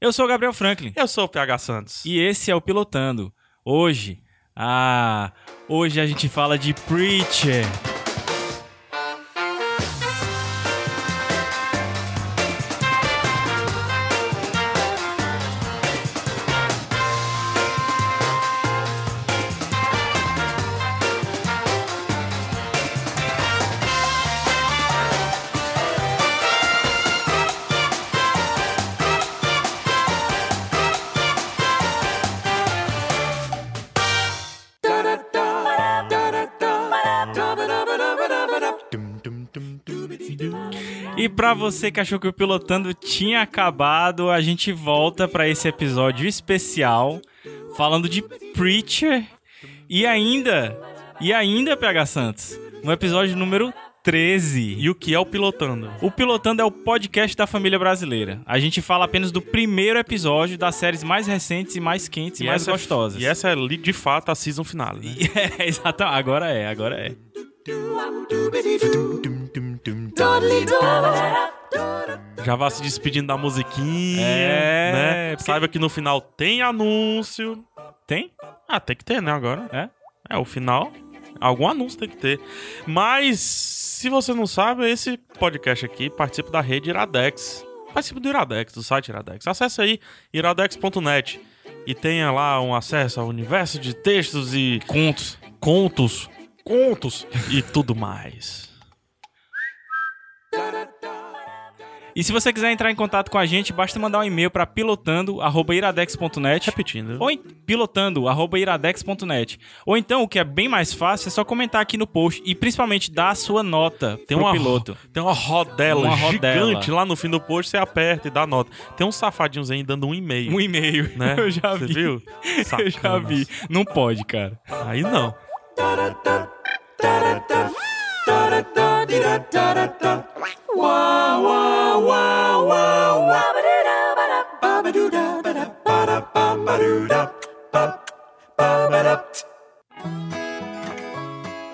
Eu sou o Gabriel Franklin Eu sou é o PH Santos. e esse é o Pilotando. Hoje, ah, hoje a gente fala de Preacher. E pra você que achou que o Pilotando tinha acabado, a gente volta pra esse episódio especial falando de Preacher e ainda, e ainda PH Santos, no episódio número 13. E o que é o Pilotando? O Pilotando é o podcast da família brasileira. A gente fala apenas do primeiro episódio das séries mais recentes e mais quentes e, mais essa- gostosas. E essa é, li- de fato, a season finale. né? é, exato. Agora é, agora é. Já vá se despedindo da musiquinha, É, né? porque- Saiba que no final tem anúncio. Tem? Ah, tem que ter, né, agora? É? É, o final, algum anúncio tem que ter. Mas, se você não sabe, esse podcast aqui participa da rede Iradex. Participa do Iradex, do site Iradex. Acesse aí iradex.net e tenha lá um acesso ao universo de textos e Contos. contos, contos e tudo mais. E se você quiser entrar em contato com a gente, basta mandar um e-mail para pilotando@iradex.net. Repetindo. Ou em, pilotando@iradex.net. Ou então, o que é bem mais fácil, é só comentar aqui no post e principalmente dar a sua nota Tem pro uma, piloto. tem uma rodela Uma rodela. gigante lá no fim do post, você aperta e dá nota. Tem uns safadinhos aí dando um e-mail. Um e-mail, né? Eu já Você vi. viu? Eu já Sacanas. vi. Não pode, cara. Aí não.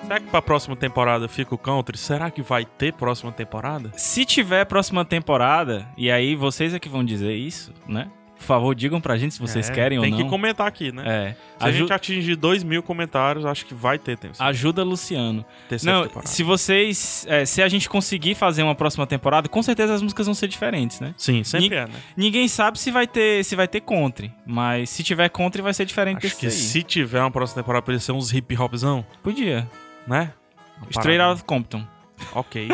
Será que pra próxima temporada fica o country? Será que vai ter próxima temporada? Se tiver próxima temporada, e aí vocês é que vão dizer isso, né? Por favor, digam pra gente se vocês É, querem ou não. Tem que comentar aqui, né? É. Se a Aju- gente atingir 2 mil comentários, acho que vai ter tem, Ajuda Luciano. terceira Não, temporada. se vocês. é, se a gente conseguir fazer uma próxima temporada, com certeza as músicas vão ser diferentes, né? Sim, sempre Ni- é, né? Ninguém sabe se vai ter se vai ter country, mas se tiver country vai ser diferente Acho desse que aí. se tiver uma próxima temporada, podia ser uns hip hopzão, Podia. né? Uma Straight parada- Out of Compton. Ok.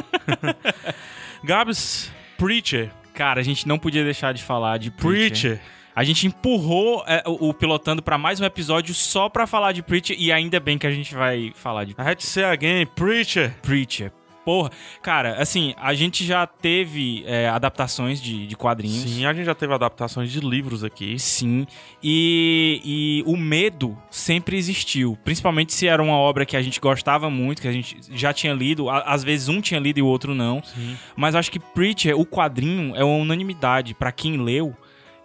Gabs, Preacher. Cara, a gente não podia deixar de falar de Preacher. Preacher. A gente empurrou é, o, o pilotando pra mais um episódio só pra falar de Preacher e ainda bem que a gente vai falar de I had to say again, Preacher. Preacher. Porra, cara, assim, a gente já teve é, adaptações de, de quadrinhos. Sim, a gente já teve adaptações de livros aqui. Sim. E, e o medo sempre existiu. Principalmente se era uma obra que a gente gostava muito, que a gente já tinha lido. a- Às vezes um tinha lido e o outro não. Sim. Mas eu acho que Preacher, o quadrinho, é uma unanimidade pra quem leu.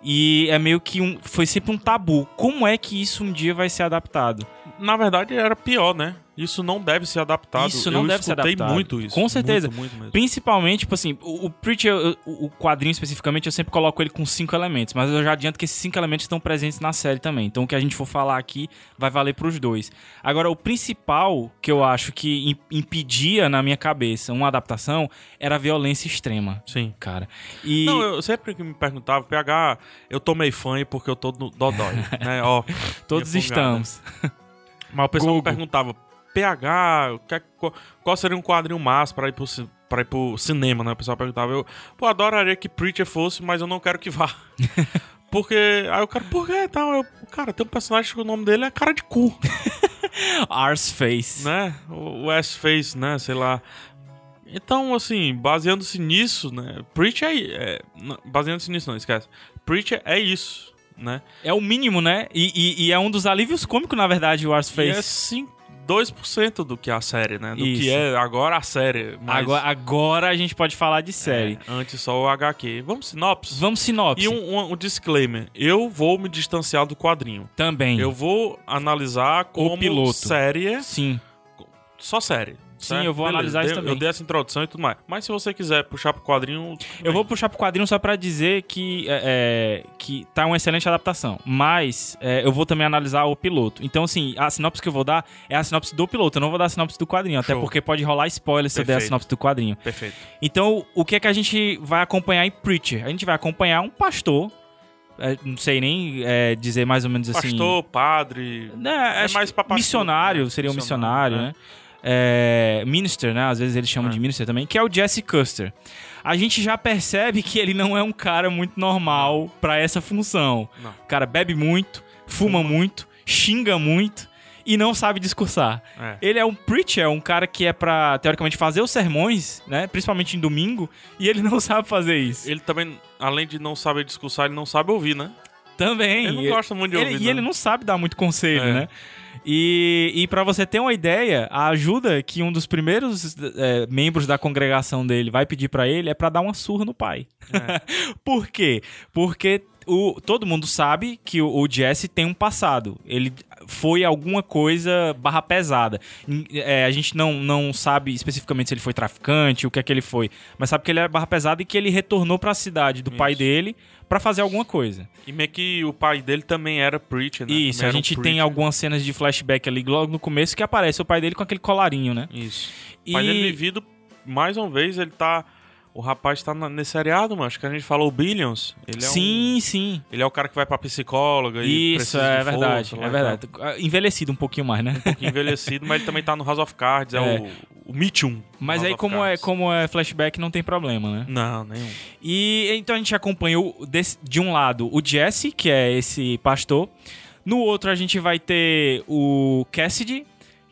E é meio que um. Foi sempre um tabu. Como é que isso um dia vai ser adaptado? Na verdade, era pior, né? Isso não deve ser adaptado. Isso não Eu deve ser escutei adaptado. muito isso. Com certeza. Muito, muito mesmo. Principalmente, tipo assim, o, o Preacher, eu- o, o quadrinho especificamente, eu sempre coloco ele com cinco elementos, mas eu já adianto que esses cinco elementos estão presentes na série também. Então o que a gente for falar aqui vai valer pros dois. Agora, o principal que eu acho que im- impedia na minha cabeça uma adaptação era a violência extrema, Sim. cara. E Não, eu sempre que me perguntava, PH, eu tomei fã porque eu tô no dodói, né? Ó, todos minha folgada. estamos. né? Mas o pessoal me Google. perguntava, PH, o que é- qual, qual seria um quadrinho massa pra ir pro, ci- pra ir pro cinema, né? O pessoal perguntava, eu, pô, adoraria que Preacher fosse, mas eu não quero que vá. Porque, aí o cara, por que tal? Eu, cara, tem um personagem que o nome dele é cara de cu, Arsface. né? O o S-Face, né? Sei lá. Então, assim, baseando-se nisso, né? Preacher é... é não, baseando-se nisso, não, esquece. Preacher é isso, né? É o mínimo, né? E, e- e é um dos alívios cômicos, na verdade, o E é Arsface. 5, 2% do que é a série, né? Do Isso. que é agora a série. Mas... Agora, agora a gente pode falar de série. É, antes só o HQ. Vamos sinopse? Vamos sinopse. E um, um- um disclaimer. Eu vou me distanciar do quadrinho. Também. Eu vou analisar como piloto. série, Sim. só série. Sim, certo? eu vou Beleza, analisar dei- isso também. Eu dei essa introdução e tudo mais. Mas se você quiser puxar pro quadrinho. tudo Eu bem. vou puxar pro quadrinho só pra dizer que, é, é, que tá uma excelente adaptação. Mas é, eu vou também analisar o piloto. Então, assim, a sinopse que eu vou dar é a sinopse do piloto. Eu não vou dar a sinopse do quadrinho. Até Show. porque pode rolar spoiler se eu der a Perfeito. sinopse do quadrinho. Perfeito. Então, o que é que a gente vai acompanhar em Preacher? A gente vai acompanhar um pastor. é, não sei nem é, dizer mais ou menos assim. Pastor, padre. Né, acho É mais que pra pastor, missionário, né? seria um Missionário, missionário, né? É, minister, né? Às vezes eles chamam É. de minister também, que é o Jesse Custer. A gente já percebe que ele não é um cara muito normal pra essa função. Não. O cara bebe muito, fuma muito, xinga muito e não sabe discursar. É. Ele é um preacher, um cara que é pra, teoricamente, fazer os sermões, né? Principalmente em domingo, e ele não sabe fazer isso. Ele também, além de não saber discursar, ele não sabe ouvir, né? Também. Ele e- não gosta muito de Ele- ouvir. né? e ele não sabe dar muito conselho, É. né? E, e para você ter uma ideia, a ajuda que um dos primeiros eh, membros da congregação dele vai pedir pra ele é pra dar uma surra no pai. É. Por quê? Porque o, todo mundo sabe que o, o Jesse tem um passado. Ele foi alguma coisa barra pesada. Em- é, a gente não, não sabe especificamente se ele foi traficante, o que é que ele foi, mas sabe que ele era barra pesada e que ele retornou pra cidade do pai Isso. dele pra fazer alguma coisa. E meio que o pai dele também era preacher, né? Isso, Também a era um gente tem preacher. algumas cenas de flashback ali logo no começo que aparece o pai dele com aquele colarinho, né? Isso. E- O pai dele vivido, mais uma vez, ele tá. O rapaz tá na- nesse seriado, mano. Acho que a gente falou Billions. Ele é um- sim, sim. Ele é o cara que vai pra psicóloga e Isso, precisa de é força, verdade, lá é e verdade. Envelhecido um pouquinho mais, né? tal. Envelhecido, mas ele também tá no House of Cards, é, É. o, o Mitchum. Mas House aí of como é, Cards. como é flashback não tem problema, né? Não, nenhum. E então a gente acompanha o- desse- de um lado o Jesse, que é esse pastor. No outro a gente vai ter o Cassidy,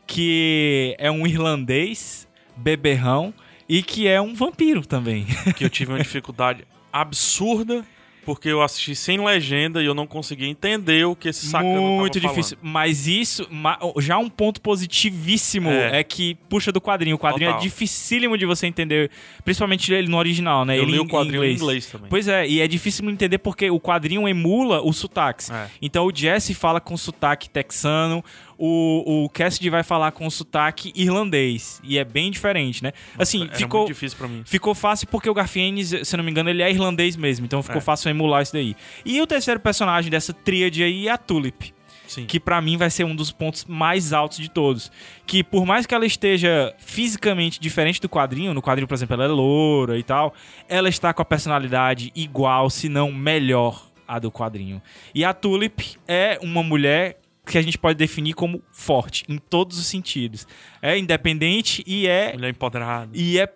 que é um irlandês, beberrão e que é um vampiro também. Que eu tive uma dificuldade absurda, porque eu assisti sem legenda e eu não consegui entender o que esse sacana tava Muito falando. difícil. Mas isso, ma- já um ponto positivíssimo é, É. que puxa do quadrinho. O quadrinho Total. é dificílimo de você entender, principalmente ele no original, né? Eu ele li em- o quadrinho em inglês, também. Pois é, e é difícil entender porque o quadrinho emula os sotaques. É. Então o Jesse fala com sotaque texano, o, o Cassidy vai falar com sotaque irlandês. E é bem diferente, né? assim, Era ficou. muito difícil pra mim. Ficou fácil porque o Garfienes, se não me engano, ele é irlandês mesmo, então ficou É. fácil emular isso daí. E o terceiro personagem dessa tríade aí é a Tulip, Sim. que pra mim vai ser um dos pontos mais altos de todos. Que por mais que ela esteja fisicamente diferente do quadrinho, no quadrinho, por exemplo, ela é loura e tal, ela está com a personalidade igual, se não melhor, à do quadrinho. E a Tulip é uma mulher que a gente pode definir como forte, em todos os sentidos. É independente e é Mulher empoderada. e é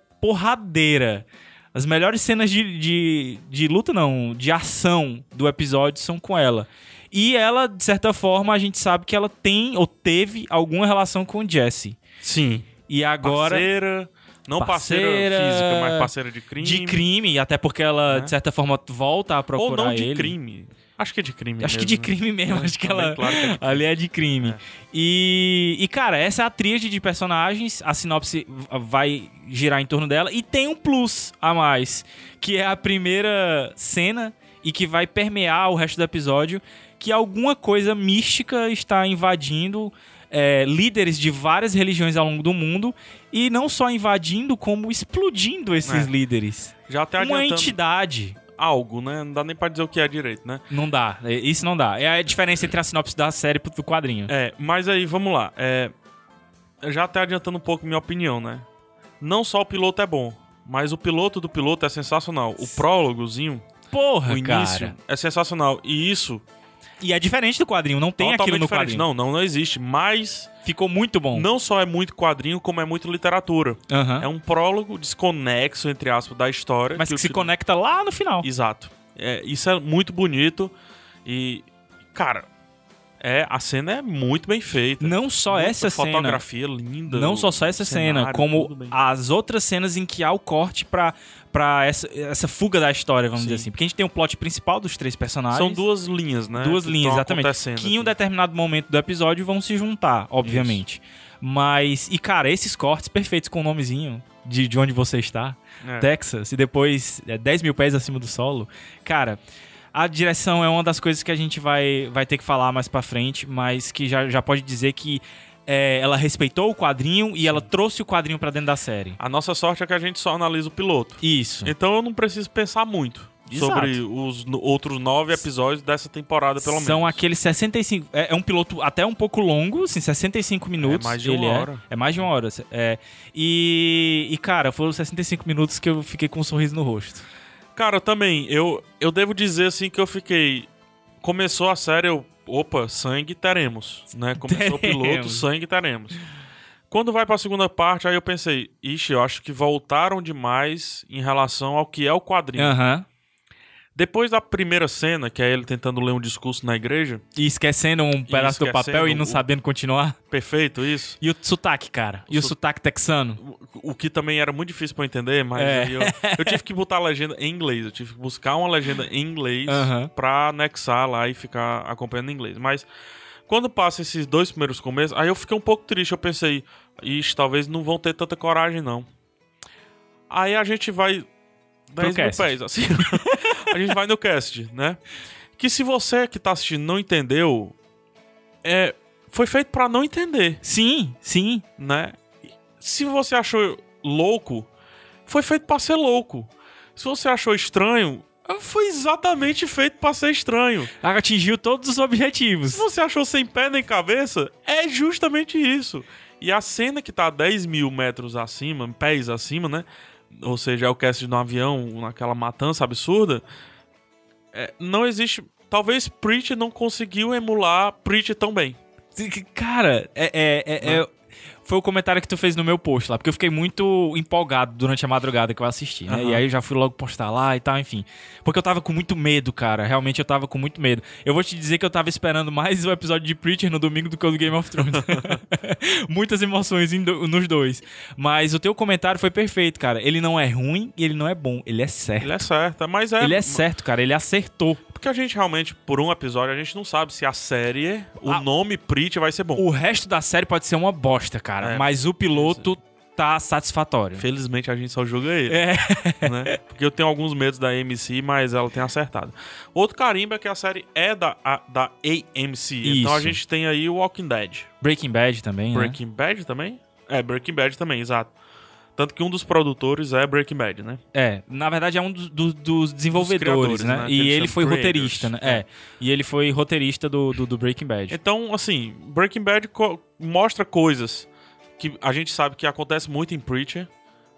porradeira. As melhores cenas de, de, de luta, não, de ação do episódio são com ela. E ela, de certa forma, a gente sabe que ela tem ou teve alguma relação com o Jesse. Sim. E agora. Parceira. Não parceira, Parceira física, mas parceira de crime. De crime, até porque ela, Né? de certa forma, volta a procurar Ou não de ele. crime. Acho que é de crime. Acho que mesmo, de né? crime mesmo, acho que Também, ela. Claro que é de crime. Ali é de crime. É. E, e, cara, essa é a tríade de personagens. A sinopse vai girar em torno dela. E tem um plus a mais, que é a primeira cena e que vai permear o resto do episódio, que alguma coisa mística está invadindo é, líderes de várias religiões ao longo do mundo. E não só invadindo, como explodindo esses É. líderes. Já até Uma adiantando entidade. algo, né? Não dá nem pra dizer o que é direito, né? Não dá. É, Isso não dá. É a diferença entre a sinopse da série pro do quadrinho. É, mas aí, vamos lá. É, já até adiantando um pouco minha opinião, né? Não só o piloto é bom, mas o piloto do piloto é sensacional. O prólogozinho, Porra, o início, Ah, cara. é sensacional. E isso E é diferente do quadrinho, não tem totalmente aquilo no diferente. quadrinho. Não, não, não existe. Mas Ficou muito bom. não só é muito quadrinho, como é muito literatura. Aham. É um prólogo desconexo, entre aspas, da história. Mas que o se título- conecta lá no final. Exato. É, isso é muito bonito. E, cara, é, a cena é muito bem feita. Não só Muita essa cena. fotografia linda. Não o só só essa cenário, cena, como tudo bem. as outras cenas em que há o corte pra, pra essa, essa fuga da história, vamos Sim. dizer assim. Porque a gente tem o plot principal dos três personagens. São duas linhas, né? Duas que linhas, tão exatamente. acontecendo Que em um aqui. determinado momento do episódio vão se juntar, obviamente. Mas, e cara, esses cortes perfeitos com o nomezinho de, de onde você está. É. Texas e depois é, 10 mil pés acima do solo. Cara, a direção é uma das coisas que a gente vai, vai ter que falar mais pra frente, mas que já, já pode dizer que é, ela respeitou o quadrinho e ela trouxe o quadrinho pra dentro da série. A nossa sorte é que a gente só analisa o piloto. Isso. Então eu não preciso pensar muito Exato. sobre os no- outros nove episódios dessa temporada, pelo menos. São aqueles 65. É, é um piloto até um pouco longo, assim, 65 minutos. mais de ele uma é. hora. É mais de uma hora. É. E, e, cara, foram 65 minutos que eu fiquei com um sorriso no rosto. Cara, eu também, eu, eu devo dizer assim que eu fiquei. Começou a série, eu. Opa, sangue teremos. Né? Começou o piloto, Teremos. sangue teremos. Quando vai pra segunda parte, aí eu pensei, ixi, eu acho que voltaram demais em relação ao que é o quadrinho. Aham. Depois da primeira cena, que é ele tentando ler um discurso na igreja, E esquecendo um pedaço do esquecendo papel e não o- sabendo continuar. perfeito isso. E o sotaque, cara. E o, O su- sotaque texano. O- O que também era muito difícil pra eu entender, mas É. aí eu, eu tive que botar a legenda em inglês. Eu tive que buscar uma legenda em inglês Aham. pra anexar lá e ficar acompanhando em inglês. Mas quando passa esses dois primeiros começos, aí eu fiquei um pouco triste. Eu pensei, ixi, talvez não vão ter tanta coragem, não. Aí a gente vai. 10 mil cast. pés, assim. a gente vai no cast, né? Que se você que tá assistindo não entendeu, é, foi feito pra não entender Sim, sim. né? Se você achou louco, foi feito pra ser louco. Se você achou estranho, foi exatamente feito pra ser estranho. Atingiu todos os objetivos. Se você achou sem pé nem cabeça, é justamente isso. E a cena que tá 10 mil metros acima, pés acima, né? Ou seja, é o cast no avião, naquela matança absurda. é, não existe. Talvez Preach não conseguiu emular Preach tão bem. Cara, é, é- é- é- foi o comentário que tu fez no meu post lá, porque eu fiquei muito empolgado durante a madrugada que eu assisti, né? Aham. E aí eu já fui logo postar lá e tal, enfim. Porque eu tava com muito medo, cara. Realmente eu tava com muito medo. Eu vou te dizer que eu tava esperando mais um episódio de Preacher no domingo do que o do Game of Thrones. Muitas emoções em do- nos dois. Mas o teu comentário foi perfeito, cara. Ele não é ruim e ele não é bom. Ele é certo. Ele é certo, mas é. Ele é certo, cara. Ele acertou. Porque a gente realmente, por um episódio, a gente não sabe se a série, o Ah. nome Preach vai ser bom. O resto da série pode ser uma bosta, cara. É. mas o piloto tá satisfatório. Felizmente a gente só julga ele, É. né? Porque eu tenho alguns medos da AMC, mas ela tem acertado. Outro carimbo é que a série é da, a- da AMC. Então Isso. a gente tem aí o Walking Dead. Breaking Bad também, né? Breaking Bad também? É, Breaking Bad também, exato. Tanto que um dos produtores é Breaking Bad, né? É, na verdade é um dos, dos- dos desenvolvedores, criadores, né? né? Que E eles ele chamam foi creators. roteirista, né? É. E ele foi roteirista do, do, do Breaking Bad. Então, assim, Breaking Bad co- mostra coisas que a gente sabe que acontece muito em Preacher,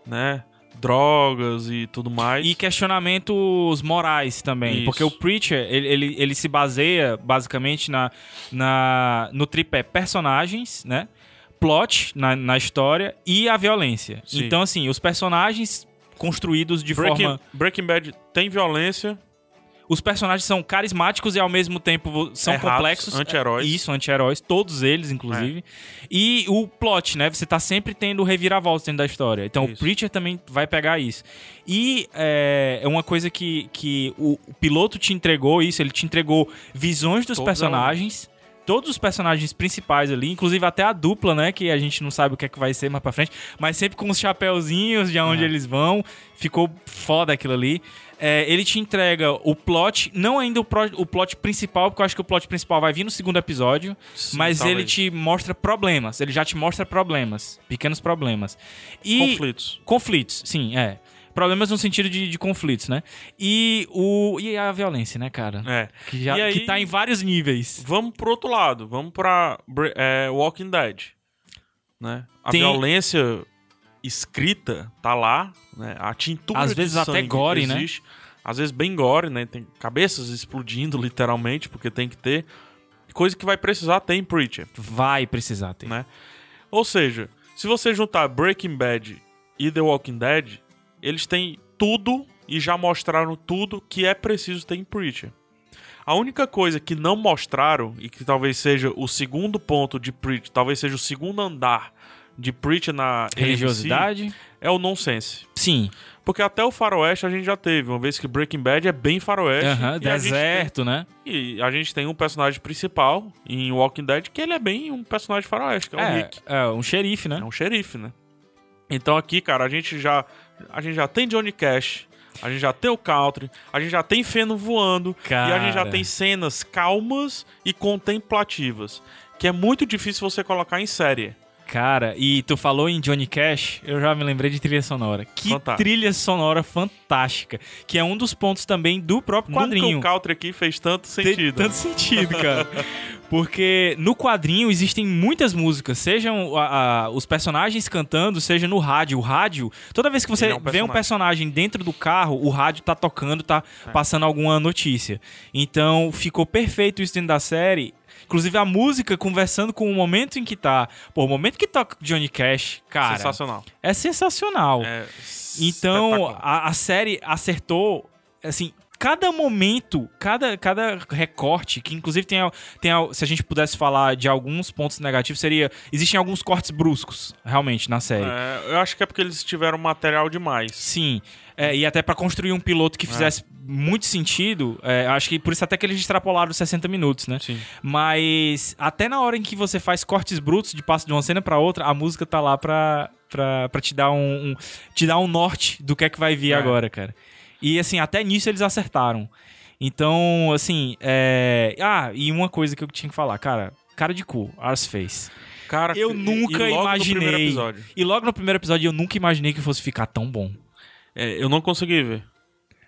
né? Drogas e tudo mais. E questionamentos morais também. Isso. Porque o Preacher, ele, ele, ele se baseia basicamente na, na, no tripé personagens, né? Plot na, na história e a violência. Sim. Então, assim, os personagens construídos de Breaking, forma. Breaking Bad tem violência, Os personagens são carismáticos e ao mesmo tempo vo- são errados, complexos. anti-heróis. É. Isso, anti-heróis, todos eles, inclusive. E o plot, né? Você tá sempre tendo reviravolta dentro da história. Então o Isso. Preacher também vai pegar isso. E é, é uma coisa que, que o, o piloto te entregou isso, ele te entregou visões dos Todos personagens. Todos os personagens principais ali, inclusive até a dupla, né? Que a gente não sabe o que é que vai ser mais pra frente, mas sempre com os chapéuzinhos de onde É. eles vão. Ficou foda aquilo ali. É, ele te entrega o plot, não ainda o, pro- o plot principal, porque eu acho que o plot principal vai vir no segundo episódio, Sim, mas talvez. ele te mostra problemas. Ele já te mostra problemas, pequenos problemas. E conflitos. conflitos, sim, é. Problemas no sentido de, de conflitos, né? E o e a violência, né, cara? É. Que, já, E aí- que tá em vários níveis. Vamos pro outro lado, vamos pra Bre- é, Walking Dead, né? A Tem- violência escrita tá lá, né? A tintura Às de vezes até sangue gore, né? existe. Às vezes bem gore, né? Tem cabeças explodindo literalmente, porque tem que ter coisa que vai precisar ter em Preacher. Vai precisar ter. Né? Ou seja, se você juntar Breaking Bad e The Walking Dead, eles têm tudo e já mostraram tudo que é preciso ter em Preacher. A única coisa que não mostraram, e que talvez seja o segundo ponto de Preacher, talvez seja o segundo andar de Preacher na AMC, Religiosidade? é o nonsense. Sim. Porque até o faroeste a gente já teve, uma vez que Breaking Bad é bem faroeste. Aham, e a gente tem- Deserto, né? E a gente tem um personagem principal em Walking Dead que ele é bem um personagem faroeste, que é o é, Rick. é, um xerife, né? É um xerife, né? Então aqui, cara, a gente já a gente já tem Johnny Cash, a gente já tem o Country, a gente já tem Feno voando, e a gente já Cara. tem cenas calmas e contemplativas, que é muito difícil você colocar em série. Cara, e tu falou em Johnny Cash, eu já me lembrei de trilha sonora. Que Fantástico. trilha sonora fantástica. Que é um dos pontos também do próprio quadrinho. Nunca o Country aqui fez tanto Tem sentido. tanto sentido, cara. Porque no quadrinho existem muitas músicas, sejam a- a- os personagens cantando, seja no rádio. O rádio, toda vez que você Ele é vê um um personagem. É. personagem dentro do carro, o rádio tá tocando, tá passando alguma notícia. Então ficou perfeito isso dentro da série. Inclusive a música conversando com o momento em que tá. Pô, o momento que toca Johnny Cash, cara, Sensacional. é sensacional. É Então, espetacular. a, a série acertou, assim, cada momento, cada, cada recorte, que inclusive tem, al- tem, al- se a gente pudesse falar de alguns pontos negativos, seria, existem alguns cortes bruscos, realmente, na série. É, eu acho que é porque eles tiveram material demais. Sim, é, e até pra construir um piloto É. que fizesse muito sentido, é, acho que por isso até que eles extrapolaram os 60 minutos, né? Sim. Mas até na hora em que você faz cortes brutos de passo de uma cena pra outra, a música tá lá pra, pra, pra te dar um, um- te dar um norte do que é que vai vir É. agora, cara. E assim, até nisso eles acertaram. Então, assim, é... Ah, e uma coisa que eu tinha que falar, cara, cara de cu, as face. Cara, Eu e- nunca e logo imaginei. No primeiro episódio. E logo no primeiro episódio eu nunca imaginei que fosse ficar tão bom. É, eu não consegui ver.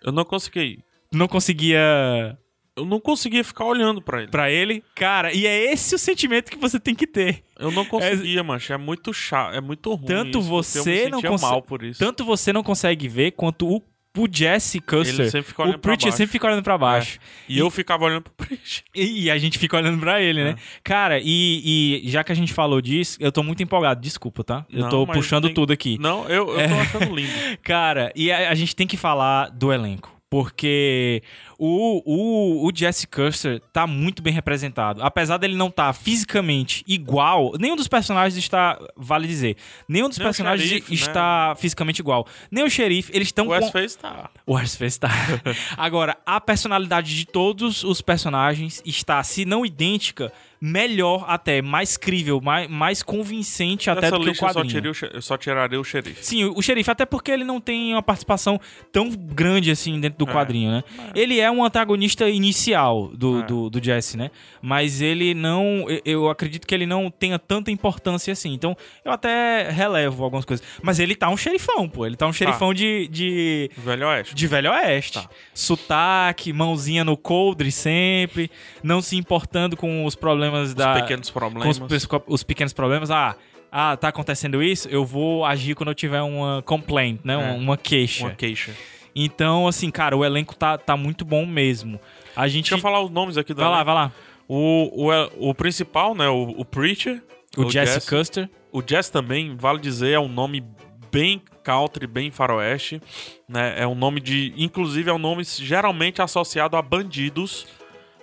Eu não consegui. Não conseguia Eu não conseguia ficar olhando pra ele. pra ele. Cara, e é esse o sentimento que você tem que ter. Eu não conseguia, mancha. É muito chato, é muito ruim. Tanto isso, porque você eu me não sentia conse- mal por isso. Tanto você não consegue ver quanto o, o Jesse Custer. Ele sempre fica O olhando pra Preacher baixo. É. sempre fica olhando pra baixo. E eu ficava olhando pro Preacher. E, e a gente fica olhando pra ele, né? É. Cara, e, e já que a gente falou disso, eu tô muito empolgado, desculpa, tá? Eu Não, tô mas puxando tem- tudo aqui. Não, eu, eu tô É. achando lindo. Cara, e a, a gente tem que falar do elenco. Porque o, o, o Jesse Custer tá muito bem representado. Apesar dele não estar fisicamente igual, nenhum dos personagens está, vale dizer, nenhum dos Nem o personagens xerife, né? está fisicamente igual. Nem o xerife, eles estão o Então com... Westface tá. O Arsface tá. Agora, a personalidade de todos os personagens está, se não idêntica, melhor até, mais crível, mais, mais convincente até Dessa do que o lista eu só, quadrinho. tirei o xe- eu só tiraria o xerife. Sim, o o xerife, até porque ele não tem uma participação tão grande assim dentro do É. quadrinho, né? Ele é um antagonista inicial do, É. do, do Jesse, né? Mas ele não. eu- Eu acredito que ele não tenha tanta importância assim. Então, eu até relevo algumas coisas. Mas ele tá um xerifão, pô. Ele tá um xerifão de- de Velho Oeste. de Velho Oeste. Tá. Sotaque, mãozinha no coldre sempre, não se importando com os problemas da. Os pequenos com problemas. os, pesco- os pequenos problemas. Ah, ah, tá acontecendo isso? Eu vou agir quando eu tiver uma complaint, né? Uma, uma queixa. É. Uma queixa. Então, assim, cara, o elenco tá, tá muito bom mesmo. A gente. Deixa eu falar os nomes aqui da Vai lá, vai lá. O, é, o, o principal, né? O, o Preacher. O, Jesse Custer. O Jazz também, vale dizer, é um nome bem country, bem faroeste. Né? É um nome de. Inclusive, é um nome geralmente associado a bandidos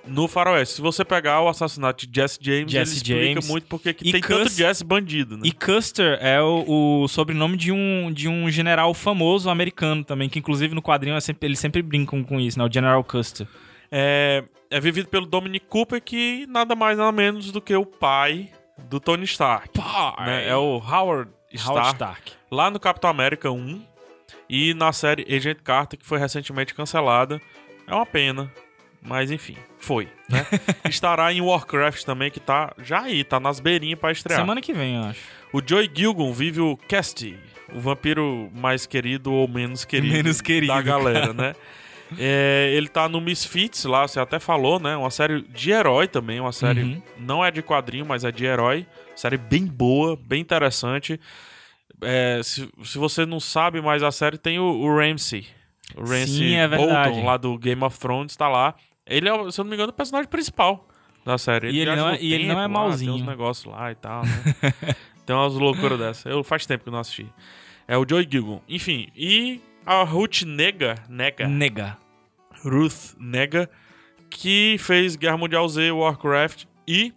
no faroeste. Se você pegar o assassinato de Jesse James, Jesse ele explica James. muito porque que E tem Cus- tanto Jesse bandido, né? E Custer é o, o sobrenome de um, de um general famoso americano também, que inclusive no quadrinho é sempre- eles sempre brincam com isso, né? O General Custer. É, é vivido pelo Dominic Cooper, que nada mais nada menos do que o pai do Tony Stark. né? É o Howard Stark, Howard Stark. lá no Capitão América 1 e na série Agent Carter, que foi recentemente cancelada. É uma pena, mas enfim, foi. né? Estará em Warcraft também, que tá já aí, tá nas beirinhas pra estrear. Semana que vem, eu acho. O Joey Gilgon vive o Casty, o vampiro mais querido ou menos querido, Menos querido, da galera, né? É, ele tá no Misfits lá, você até falou, né? Uma série de herói também, uma série Uhum. não é de quadrinho, mas é de herói. Série bem boa, bem interessante. É, se, se você não sabe mais a série, tem o, o Ramsey. O Ramsey Sim, é verdade. Bolton, lá do Game of Thrones, tá lá. Ele é, se eu não me engano, o personagem principal da série. E ele viaja não é- no e ele não é tempo lá, mauzinho. Tem uns negócios lá e tal, né? Tem umas loucuras dessa. Eu faz tempo que eu não assisti. É o Joey Gilgon. Enfim, e a Ruth Nega, Nega, Nega. Ruth Nega, que fez Guerra Mundial Z, Warcraft e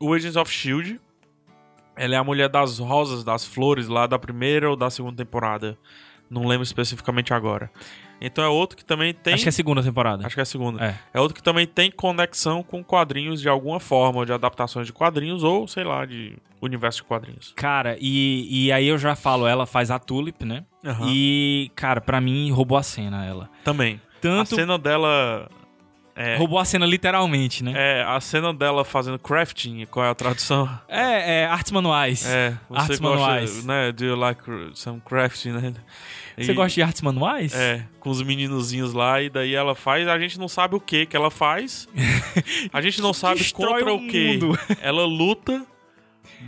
o Agents of Shield. Ela é a mulher das rosas, das flores lá da primeira ou da segunda temporada Não lembro especificamente agora. Então é outro que também tem. Acho que é a segunda temporada. Acho que é a segunda. É. É outro que também tem conexão com quadrinhos de alguma forma, de adaptações de quadrinhos ou, sei lá, de universo de quadrinhos. Cara, e, e aí eu já falo, ela faz a Tulip, né? E E, cara, pra mim roubou a cena ela. também. Tanto. A cena dela. É, Roubou a cena literalmente, né? é, a cena dela fazendo crafting, qual é a tradução? É, é, artes manuais. É, você Artes gosta, manuais. né? Do you like some crafting, né? Você E- gosta de artes manuais? É, com os meninozinhos lá, e daí ela faz, a gente não sabe o que que ela faz. A gente não sabe Destrói contra o o, que. mundo. Ela luta,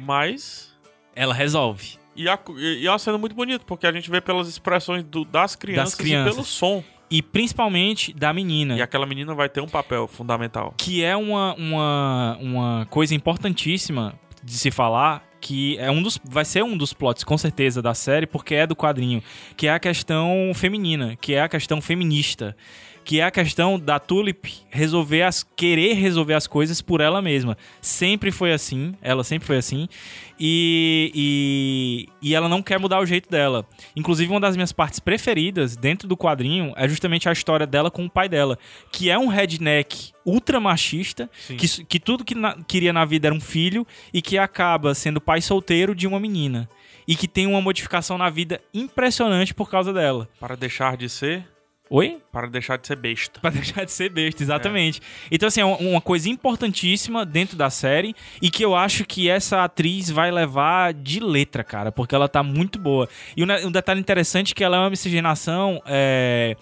mas. Ela resolve. E, a, e e é uma cena muito bonita, porque a gente vê pelas expressões do- das, crianças crianças. É. e pelo som. E principalmente da menina. E aquela menina vai ter um papel fundamental. que é uma, uma, uma coisa importantíssima de se falar que é um dos vai ser um dos plots com certeza da série porque é do quadrinho que é a questão feminina que é a questão feminista que é a questão da Tulip resolver as querer resolver as coisas por ela mesma sempre foi assim ela sempre foi assim e, e, e ela não quer mudar o jeito dela inclusive uma das minhas partes preferidas dentro do quadrinho é justamente a história dela com o pai dela que é um redneck ultra machista Sim. que, su- que tudo que na- queria na vida era um filho e que acaba sendo pai solteiro de uma menina. E que tem uma modificação na vida impressionante por causa dela. Para deixar de ser. Oi? Para deixar de ser besta. Pra deixar de ser besta, exatamente. Então, assim, é uma- uma coisa importantíssima dentro da série e que eu acho que essa atriz vai levar de letra, cara, porque ela tá muito boa. E um, ne- um detalhe interessante é que ela é uma miscigenação, é,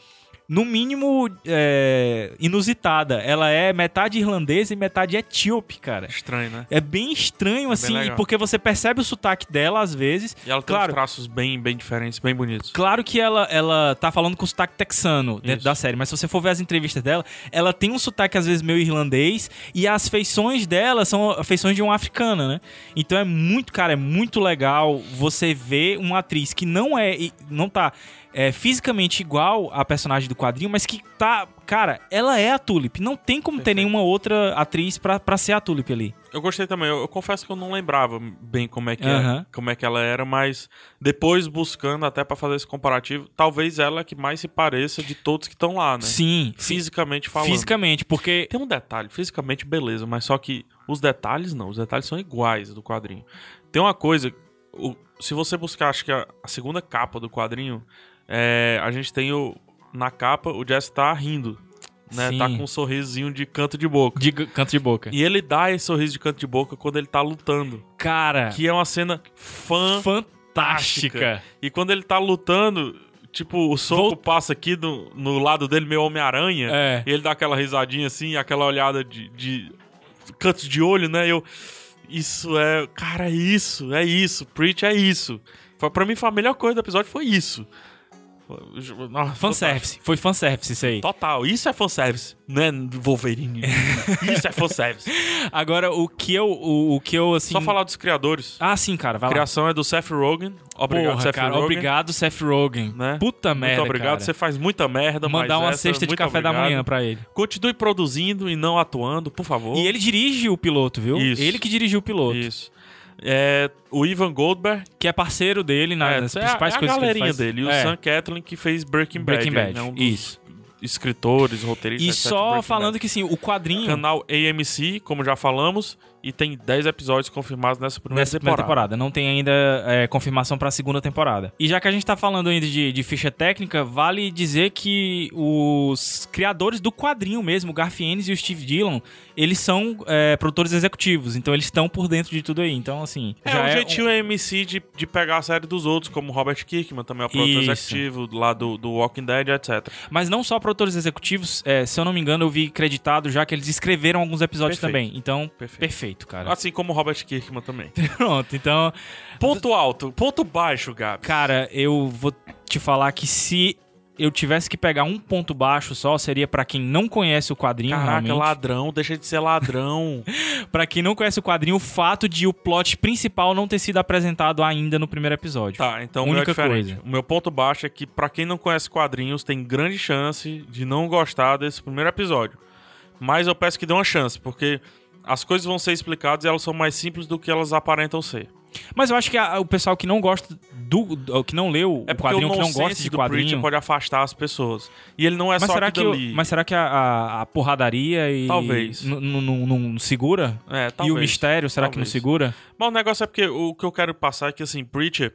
no mínimo, é, inusitada. Ela é metade irlandesa e metade etíope, cara. Estranho, né? É bem estranho, assim, legal. porque você percebe o sotaque dela às vezes. E ela tem Claro. uns traços bem, bem diferentes, bem bonitos. Claro que ela, ela tá falando com sotaque texano dentro Isso. da série, mas se você for ver as entrevistas dela, ela tem um sotaque às vezes meio irlandês e as feições dela são feições de uma africana, né? Então é muito, cara, é muito legal você ver uma atriz que não é, e não tá é, fisicamente igual à personagem do quadrinho, mas que tá, cara, ela é a Tulip. Não tem como ter Perfeito. nenhuma outra atriz pra, pra ser a Tulip ali. Eu gostei também. Eu, eu confesso que eu não lembrava bem como é que, Aham. é, como é que ela era, mas depois buscando até pra fazer esse comparativo, talvez ela é que mais se pareça de todos que estão lá, né? Sim, sim. Fisicamente falando. Fisicamente, porque Tem um detalhe, fisicamente beleza, mas só que os detalhes não, os detalhes são iguais do quadrinho. Tem uma coisa, o- se você buscar, acho que a, a segunda capa do quadrinho, é, a gente tem o, na capa o Jess tá rindo, né? Sim. Tá com um sorrisinho de canto de boca. de g- canto de boca. E ele dá esse sorriso de canto de boca quando ele tá lutando, Cara, que é uma cena fã. fantástica. E quando ele tá lutando, tipo, o soco Volta- passa aqui no, no lado dele, meio Homem-Aranha. É. E ele dá aquela risadinha assim, aquela olhada de, de cantos de olho, né? E eu. Isso é. Cara, é isso, é isso. Preach é isso. Foi, pra mim foi a melhor coisa do episódio, foi isso. Nossa, Fanservice. Foi fanservice isso aí. Total, isso é fanservice, né, Wolverine? Isso é fanservice. Agora, o que eu. O, o que eu assim. Só falar dos criadores. Ah, sim, cara. A Vai lá. criação é do Seth Rogen. Obrigado, Porra, Seth cara. Rogen. Obrigado, Seth Rogen. Né? Puta Muito merda. obrigado, cara. você faz muita merda, Mandar mas uma essa, é cesta de muito café da obrigado. manhã pra ele. Continue produzindo e não atuando, por favor. E é ele dirige o piloto, viu? Isso. Ele que dirigiu o piloto. Isso. É, o Ivan Goldberg, Que é parceiro dele na, é, nas é a- principais é a coisas que ele galerinha faz. dele. E o É, Sam Catlin, que fez Breaking Bad. Breaking ele Bad. é um dos Isso. Escritores, E roteiristas. etc, do só Breaking falando Bad. que, assim, o quadrinho. Canal AMC, como já falamos, e tem 10 episódios confirmados nessa primeira nessa primeira temporada. temporada. Não tem ainda é, confirmação pra segunda temporada. E já que a gente tá falando ainda de, de ficha técnica, vale dizer que os criadores do quadrinho mesmo, o Garfienes e o Steve Dillon, eles são é, produtores executivos, então eles estão por dentro de tudo aí. Então, assim. É já um jeitinho AMC de, de pegar a série dos outros, como Robert Kirkman, também é o produtor Isso. executivo lá do, do Walking Dead, etc. um- Mas não só produtores executivos, é, se eu não me engano, eu vi creditado já que eles escreveram alguns episódios Perfeito. também. Então, Perfeito. perfeito, cara. Assim como Robert Kirkman também. Pronto, então. Ponto alto, ponto baixo, Gabi. Cara, eu vou te falar que se eu tivesse que pegar um ponto baixo só, seria pra quem não conhece o quadrinho, Caraca, realmente. ladrão, deixa de ser ladrão. Pra quem não conhece o quadrinho, o fato de o plot principal não ter sido apresentado ainda no primeiro episódio. Tá, então o meu é Única diferente. coisa. O meu ponto baixo é que, pra quem não conhece quadrinhos, tem grande chance de não gostar desse primeiro episódio. Mas eu peço que dê uma chance, porque as coisas vão ser explicadas e elas são mais simples do que elas aparentam ser. Mas eu acho que a- o pessoal que não gosta do, do- que não leu É o porque quadrinho, o que não nonsense gosta de do Preacher quadrinho. pode afastar as pessoas. E ele não é mas, só será que, aquilo o- ali. mas será que a, a- a porradaria e. Talvez. n- n- n- Não segura? É, E o talvez. mistério, será que não Talvez. segura? Mas o negócio é porque o que eu quero passar é que, assim, Preacher...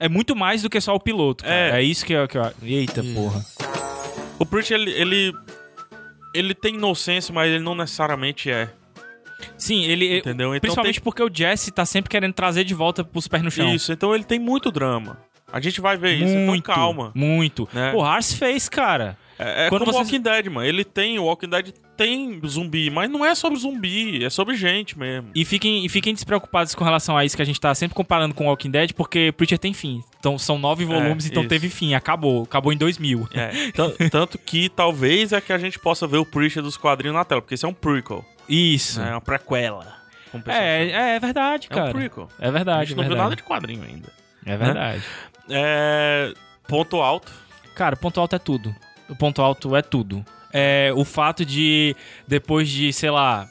É muito mais do que só o piloto. Cara. É. É. isso que eu. Que eu- Eita porra. O Preacher, ele... ele... Ele tem inocência, mas ele não necessariamente é. Sim, ele. Entendeu? Então principalmente porque o Jesse tá sempre querendo trazer de volta pros pés no chão. Isso, então ele tem muito drama. A gente vai ver isso, então Muito. calma. Muito. Né? O Ars fez, cara. É, é Quando como você- Walking Dead, mano. Ele tem, o Walking Dead tem zumbi, mas não é sobre zumbi, é sobre gente mesmo. E fiquem, e fiquem despreocupados com relação a isso que a gente tá sempre comparando com Walking Dead, porque Preacher tem fim. Então são nove volumes, então É, isso. teve fim. Acabou. Acabou em 2000. É, tan- tanto que talvez é que a gente possa ver o Preacher dos quadrinhos na tela, porque isso é um prequel, Isso. né? É uma prequela. como o pessoal É, chama. é, é verdade, é um cara. prequel. É a verdade, gente é não viu verdade. nada de né? quadrinho ainda. É verdade. É, ponto alto. Cara, o ponto alto é tudo. O ponto alto é tudo. É o fato de, depois de, sei lá,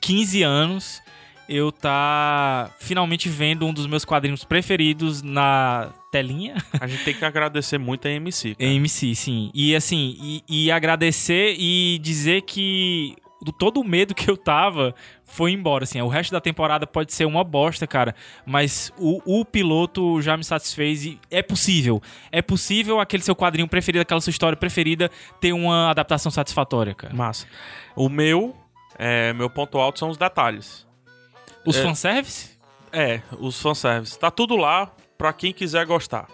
15 anos, eu tá finalmente vendo um dos meus quadrinhos preferidos na telinha. A gente tem que agradecer muito a MC. cara. MC, sim. E assim, e, e agradecer e dizer que do todo o medo que eu tava foi embora, assim. O resto da temporada pode ser uma bosta, cara, mas o, o piloto já me satisfez e é possível. É possível aquele seu quadrinho preferido, aquela sua história preferida ter uma adaptação satisfatória, cara. Massa. O meu, é, meu ponto alto são os detalhes. Os fanservice? É, os fanservice. Tá tudo lá pra quem quiser gostar.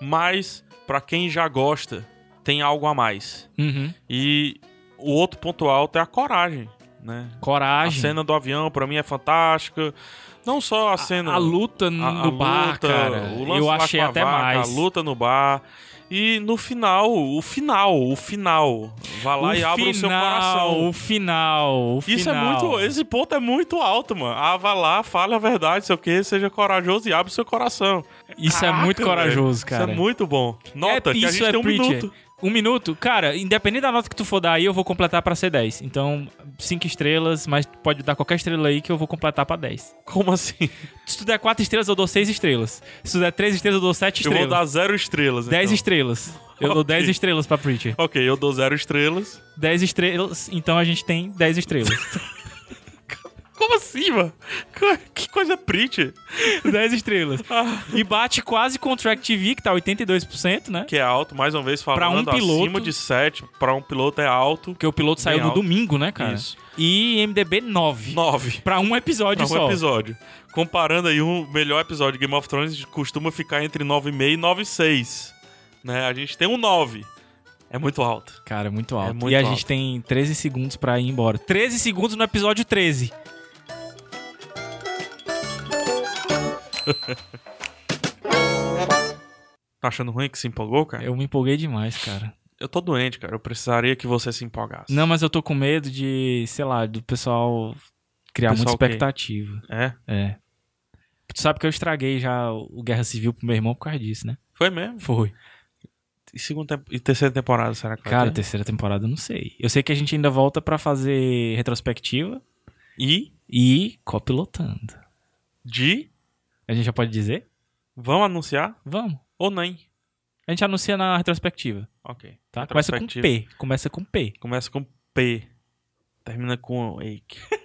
Mas, pra quem já gosta, tem algo a mais. Uhum. E o outro ponto alto é a coragem, né? A Coragem. cena do avião, pra mim, é fantástica. Não só a cena... A, luta no a- a bar, luta, cara. o lance Eu lá achei com a até vaca, mais. A luta no bar. E no final, o final, o final. Vá lá e abra o seu coração. O final, o Isso final. é muito. Esse ponto é muito alto, mano. Ah, vá lá, fale a verdade, sei o quê, seja corajoso e abre o seu coração. Isso é Caraca, muito corajoso, velho. cara. Isso é muito bom. Nota É, que a isso gente é tem um Preacher. minuto. Um minuto? Cara, independente da nota que tu for dar aí, eu vou completar pra ser 10. Então, 5 estrelas, mas tu pode dar qualquer estrela aí que eu vou completar pra 10. Como assim? Se tu der 4 estrelas, eu dou 6 estrelas. Se tu der 3 estrelas, eu dou 7 Eu estrelas. vou dar zero estrelas. 10 então. estrelas. Eu dou Ok. 10 estrelas pra Preacher. Ok, eu dou zero estrelas. 10 estrelas, então a gente tem 10 estrelas. Como assim, mano? Co- Que coisa print. 10 estrelas. E bate quase Contract TV, que tá 82%, né? Que é alto, mais uma vez falando, Pra um piloto- acima de 7, pra um piloto é alto. Porque o piloto saiu Bem no alto. domingo, né, cara? Isso. E MDB 9. 9. Pra um episódio Pra um só. episódio. Comparando aí, o melhor episódio de Game of Thrones costuma ficar entre 9,5 e 9,6. Né? A gente tem um 9. É muito alto. Cara, muito alto. É muito e a alto. gente tem 13 segundos pra ir embora. 13 segundos no episódio 13. Tá achando ruim que se empolgou, cara? Eu, Eu me empolguei demais, cara. tô doente, cara. Eu precisaria que você se empolgasse. Não, mas eu tô com medo de, sei lá, do pessoal criar Pessoal muita o quê? expectativa. É? É. Tu sabe que eu estraguei já o Guerra Civil pro meu irmão por causa disso, né? Foi mesmo? Foi. E, segunda tem- e terceira temporada, será que vai Cara, ter? terceira temporada eu não sei. Eu sei que a gente ainda volta pra fazer retrospectiva E e copilotando. de... A gente já pode dizer? Vão anunciar Vamos. ou nem? A gente anuncia na retrospectiva, Ok. tá? Começa com Retrospectiva. P. Começa com P. Começa com P. Termina com Eik.